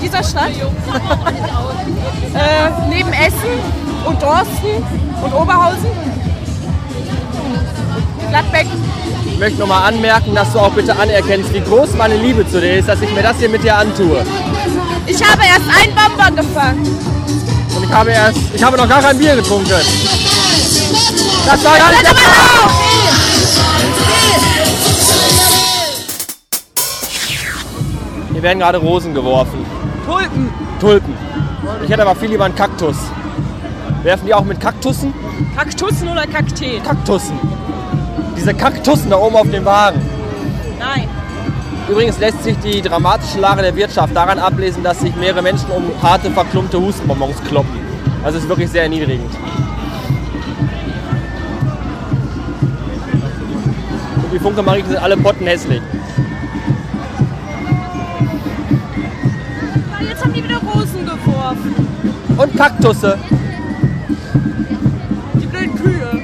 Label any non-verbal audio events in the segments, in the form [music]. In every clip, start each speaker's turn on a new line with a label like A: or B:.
A: dieser Stadt. äh, neben Essen und Dorsten und Oberhausen. Gladbeck.
B: Ich möchte nochmal anmerken, dass du auch bitte anerkennst, wie groß meine Liebe zu dir ist, dass ich mir das hier mit dir antue.
A: Ich habe erst einen Bonbon gefangen.
B: Und ich habe erst, ich habe noch gar kein Bier getrunken. Das war gar nicht der Hier werden gerade Rosen geworfen.
A: Tulpen.
B: Tulpen. Ich hätte aber viel lieber einen Kaktus. Werfen die auch mit Kaktussen?
A: Kaktussen oder Kakteen?
B: Kaktussen. Diese Kaktussen da oben auf dem Wagen.
A: Nein.
B: Übrigens lässt sich die dramatische Lage der Wirtschaft daran ablesen, dass sich mehrere Menschen um harte, verklumpte Hustenbonbons kloppen. Das ist wirklich sehr erniedrigend. Und die Funke Marike sind alle Potten hässlich.
A: Jetzt haben die wieder Rosen geworfen.
B: Und Kaktusse.
A: Die blöden Kühe.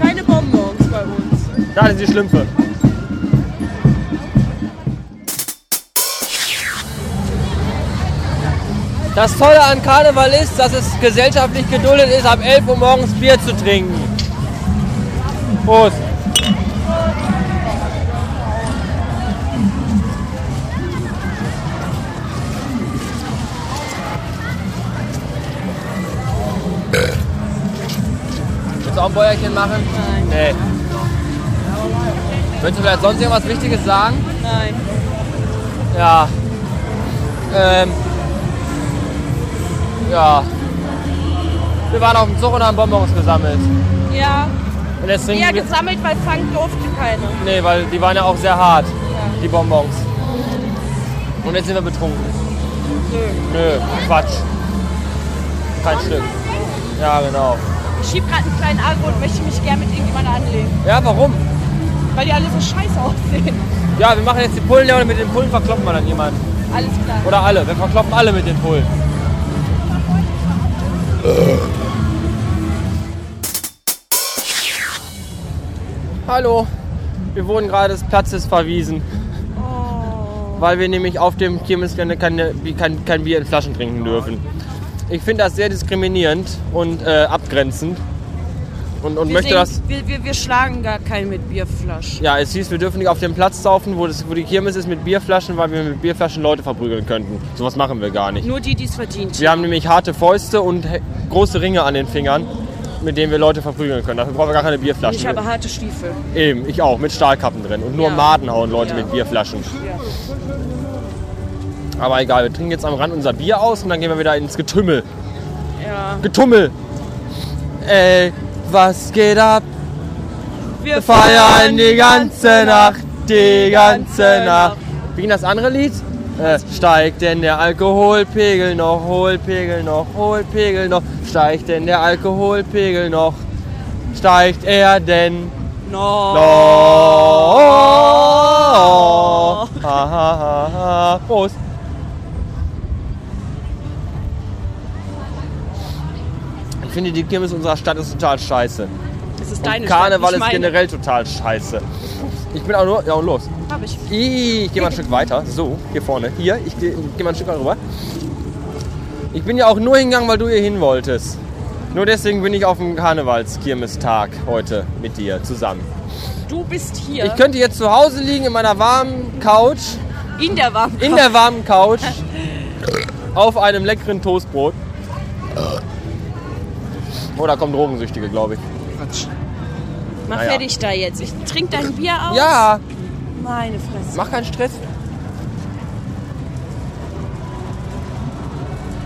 A: Keine Bonbons bei uns.
B: Da sind die Schlümpfe. Das Tolle an Karneval ist, dass es gesellschaftlich geduldet ist, ab 11 Uhr morgens Bier zu trinken. Prost! Willst du auch ein Bäuerchen machen?
A: Nein.
B: Nee. Könntest du vielleicht sonst irgendwas Wichtiges sagen?
A: Nein.
B: Ja. Ähm. Ja. Wir waren auf dem Zug und haben Bonbons gesammelt.
A: Ja.
B: Und jetzt trinken
A: Eher
B: wir.
A: gesammelt, weil fangen durfte keine.
B: Nee, weil die waren ja auch sehr hart, die Bonbons. Und jetzt sind wir betrunken. Nö. Nö, Quatsch. Kein Stück. Ja, genau.
A: Ich schieb gerade einen kleinen Agro und möchte mich gern mit irgendjemandem anlegen.
B: Ja, warum?
A: Weil die alle so scheiße [laughs] aussehen.
B: Ja, wir machen jetzt die Pullen leer und mit den Pullen verkloppen wir dann jemanden.
A: Alles klar.
B: Oder alle. Wir verkloppen alle mit den Pullen. Hallo. Wir wurden gerade des Platzes verwiesen,
A: Oh.
B: weil wir nämlich auf dem Kirmesgelände keine, kein, kein Bier in Flaschen trinken dürfen. Ich finde das sehr diskriminierend und äh, abgrenzend. Und, und möchte das.
A: wir, wir, wir schlagen gar keinen mit Bierflaschen.
B: Ja, es hieß, wir dürfen nicht auf dem Platz saufen, wo, das, wo die Kirmes ist, mit Bierflaschen, weil wir mit Bierflaschen Leute verprügeln könnten. Sowas machen wir gar nicht.
A: Nur die, die es verdient.
B: Wir haben nämlich harte Fäuste und he- große Ringe an den Fingern, mit denen wir Leute verprügeln können. Dafür brauchen wir gar keine Bierflaschen.
A: Ich habe harte Stiefel.
B: Eben, ich auch, mit Stahlkappen drin. Und nur
A: Ja.
B: Maden hauen Leute
A: Ja.
B: mit Bierflaschen. Aber egal, wir trinken jetzt am Rand unser Bier aus und dann gehen wir wieder ins Getümmel.
A: Ja.
B: Getummel! Ey, was geht ab?
A: Wir
B: Feiern die ganze Nacht, die ganze Nacht. Wie ging das andere Lied? Äh, steigt denn der Alkoholpegel noch, Hohlpegel noch, Hohlpegel noch, steigt denn der Alkoholpegel noch, steigt er denn
A: No.
B: noch? Ha, ha, ha, ha. Prost! Ich finde, die Kirmes unserer Stadt ist total scheiße.
A: Es ist
B: Und
A: deine Stadt,
B: Karneval ist
A: nicht meine.
B: generell total scheiße. Ich bin auch nur. Ja, und los.
A: Hab ich.
B: Ih, Ich gehe mal ein Stück weiter. So, hier vorne. Hier, ich gehe geh mal ein Stück weiter rüber. Ich bin ja auch nur hingegangen, weil du hier hin wolltest. Nur deswegen bin ich auf dem Karnevalskirmestag heute mit dir zusammen.
A: Du bist
B: Ich
A: hier
B: könnte jetzt zu Hause liegen in meiner warmen Couch,
A: in der Warmkraft.
B: in der warmen
A: [laughs]
B: Couch, auf einem leckeren Toastbrot. Oh, da kommen Drogensüchtige, glaube ich.
A: Mach
B: Naja.
A: fertig da jetzt. Ich trink dein Bier aus.
B: Ja,
A: Meine Fresse.
B: mach keinen Stress.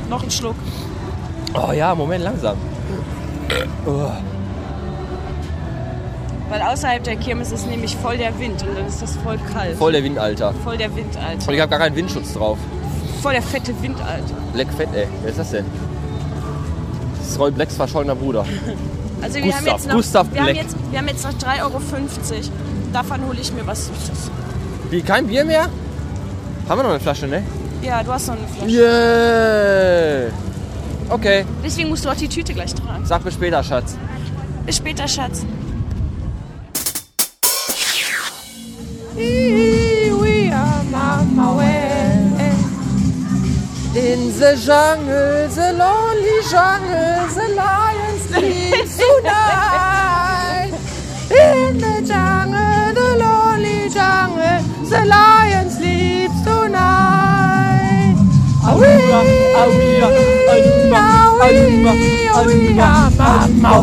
A: Noch einen Schluck.
B: Oh ja, Moment, langsam.
A: Weil außerhalb der Kirmes ist nämlich voll der Wind und dann ist das voll kalt.
B: Voll der Wind, Alter.
A: Voll der Wind, Alter.
B: Und ich habe gar keinen Windschutz drauf.
A: Voll der fette Wind, Alter.
B: Black Fett, ey. Wer ist das denn? Das ist Roy Blacks verschollener Bruder.
A: Also wir haben
B: Gustav,
A: jetzt noch,
B: Gustav
A: wir haben
B: Black.
A: jetzt, wir haben jetzt noch 3,50 Euro. Davon hole ich mir was Süßes.
B: Wie, kein Bier mehr? Haben wir noch eine Flasche, ne?
A: Ja, du hast noch eine Flasche.
B: Yeah! Okay,
A: Deswegen musst du auch die Tüte gleich tragen.
B: sag bis später, Schatz.
A: Bis später, Schatz.
C: We are on my way.
B: the jungle, the lonely jungle, the lions sleep tonight. In the jungle, the lonely jungle, the lion sleeps tonight.
A: Also,
B: Aui, aui, aui, aui,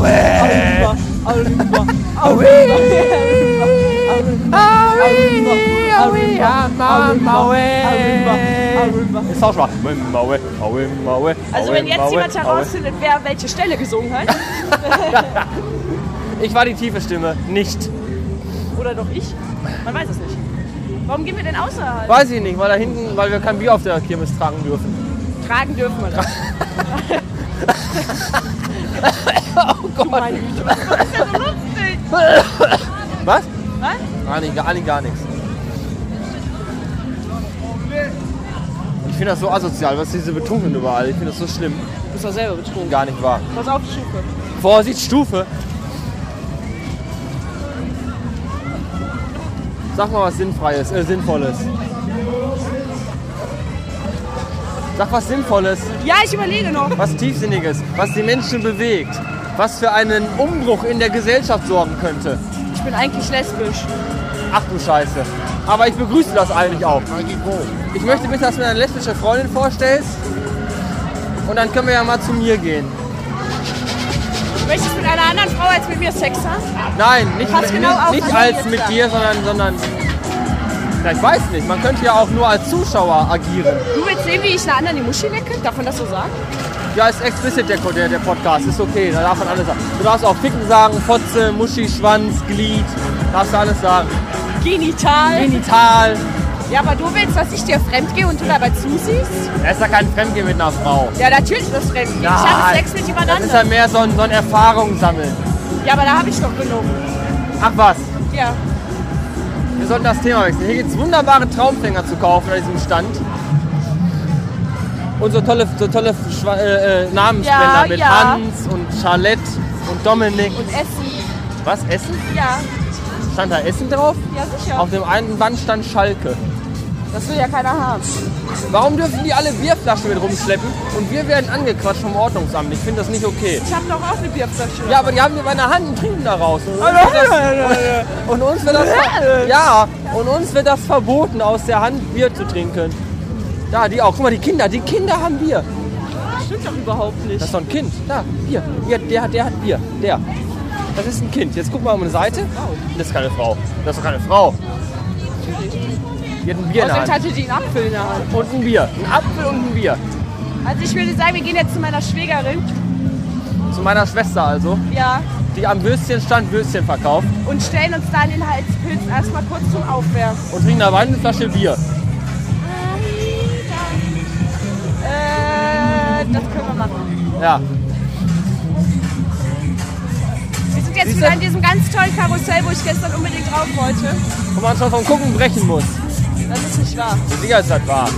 B: Ist auch schwach.
A: Also wenn jetzt jemand herausfindet, wer welche Stelle gesungen [laughs] hat,
B: Ich war die tiefe Stimme, nicht.
A: oder doch ich, man weiß es nicht. Warum gehen wir denn außerhalb?
B: Weiß ich nicht, weil da hinten, weil wir kein Bier auf der Kirmes tragen dürfen.
A: Tragen dürfen wir das. oh Gott. Meine Güte, was ist denn so lustig?
B: Was?
A: Was?
B: Gar nicht, gar nicht, gar nichts. Ich finde das so asozial, was diese Betuchen überall. Ich finde das so schlimm.
A: Du bist doch selber betrunken.
B: Gar nicht wahr.
A: Pass auf die Schuhe.
B: Vorsicht, Stufe! Sag mal was Sinnfreies, äh, Sinnvolles. Sag was Sinnvolles,
A: Ja, ich überlege noch.
B: was Tiefsinniges, was die Menschen bewegt, was für einen Umbruch in der Gesellschaft sorgen könnte.
A: Ich bin eigentlich lesbisch.
B: Ach du Scheiße. Aber ich begrüße das eigentlich auch. Ich möchte bitte, dass du mir eine lesbische Freundin vorstellst. Und dann können wir ja mal zu mir gehen.
A: Möchtest du mit einer anderen Frau als mit mir Sex haben?
B: Nein, nicht,
A: Passt
B: mit,
A: genau
B: nicht,
A: auf, was
B: nicht
A: ich
B: als
A: jetzt
B: mit
A: sag.
B: dir, sondern, sondern. Na, ich weiß nicht, man könnte ja auch nur als Zuschauer agieren.
A: Du willst sehen, wie ich einer anderen die Muschi lecke? Darf man das so sagen?
B: Ja, ist explicit der, der, der Podcast, ist okay, da darf man alles sagen. Du darfst auch Ficken sagen, Fotze, Muschi, Schwanz, Glied, darfst du alles sagen.
A: Genital.
B: Genital.
A: Ja, aber du willst, dass ich dir fremd gehe und du dabei zusiehst?
B: Da ist ja kein Fremdgehen mit einer Frau.
A: Ja, natürlich ist das fremd. Ich
B: Nein.
A: habe Sex mit jemand
B: Das ist ja
A: anderem.
B: mehr so ein, so ein Erfahrung sammeln.
A: Ja, aber da habe ich doch genug.
B: Ach was,
A: Ja.
B: wir sollten das Thema wechseln. Hier gibt es wunderbare Traumfänger zu kaufen an diesem Stand. Und so tolle, so tolle Schwa äh, äh, Namensspender
A: Ja,
B: mit
A: ja.
B: Hans und Charlotte und Dominik.
A: Und Essen.
B: Was, Essen?
A: Ja.
B: Stand da Essen drauf?
A: Ja, sicher.
B: Auf dem einen Band stand Schalke.
A: Das will ja keiner haben.
B: Warum dürfen die alle Bierflaschen mit rumschleppen und wir werden angequatscht vom Ordnungsamt? Ich finde das nicht okay.
A: Ich habe doch auch eine Bierflasche.
B: Ja, aber die haben wir bei der Hand und trinken daraus. Und uns
A: Hallo,
B: wird das-
A: hallo, hallo.
B: Und uns wird das, ver- ja, und uns wird das verboten, aus der Hand Bier zu trinken. Da, die auch. Guck mal, die Kinder, die Kinder haben Bier.
A: Das stimmt doch überhaupt
B: Das
A: nicht.
B: ist doch ein Kind. Da, Bier. Ja, der, hat- der hat Bier. Der. Das ist ein Kind. Jetzt guck mal um eine Seite. Das ist keine Frau. Das ist doch keine Frau. Die hat ein Bier in der
A: Außerdem
B: Hand.
A: hatte die einen Apfel in der Hand.
B: Und ein Bier. Ein Apfel und ein Bier.
A: Also ich würde sagen, wir gehen jetzt zu meiner Schwägerin.
B: Zu meiner Schwester also,
A: Ja.
B: die am Würstchenstand Würstchen verkauft
A: Und stellen uns da in den Halspilz erstmal kurz zum Aufwärmen.
B: und trinkt dabei eine Flasche Bier.
A: Äh, das können wir machen.
B: Ja.
A: Wir sind jetzt
B: Siehst
A: wieder
B: du?
A: an diesem ganz tollen Karussell, wo ich gestern unbedingt drauf wollte.
B: Guck mal, schon vom Gucken brechen muss.
A: Das ist nicht wahr.
B: Die Digga ist halt wahr.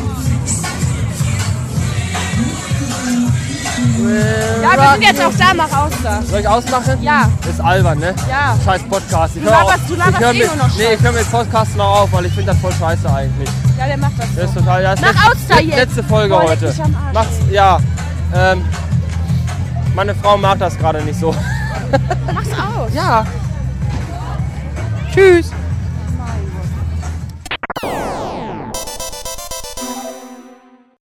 A: Ja, wir sind jetzt auch da, mach aus da.
B: Soll ich ausmachen?
A: Ja.
B: Ist albern, ne?
A: Ja.
B: Scheiß Podcast. Ich
A: Du
B: hör
A: laberst-
B: auf-
A: du laberst
B: ich hör
A: eh
B: mir,
A: nur noch
B: Nee, ich höre mir den Podcast noch auf, weil ich finde das voll scheiße eigentlich.
A: Ja, der macht das.
B: Das ist total. Das ist
A: Mach
B: letz-
A: aus da
B: let-
A: jetzt.
B: Letzte Folge
A: Boah, leck
B: heute.
A: mich am Arsch,
B: Macht's, ja. Ähm, meine Frau mag das gerade nicht so.
A: Mach's aus.
B: Ja. Tschüss.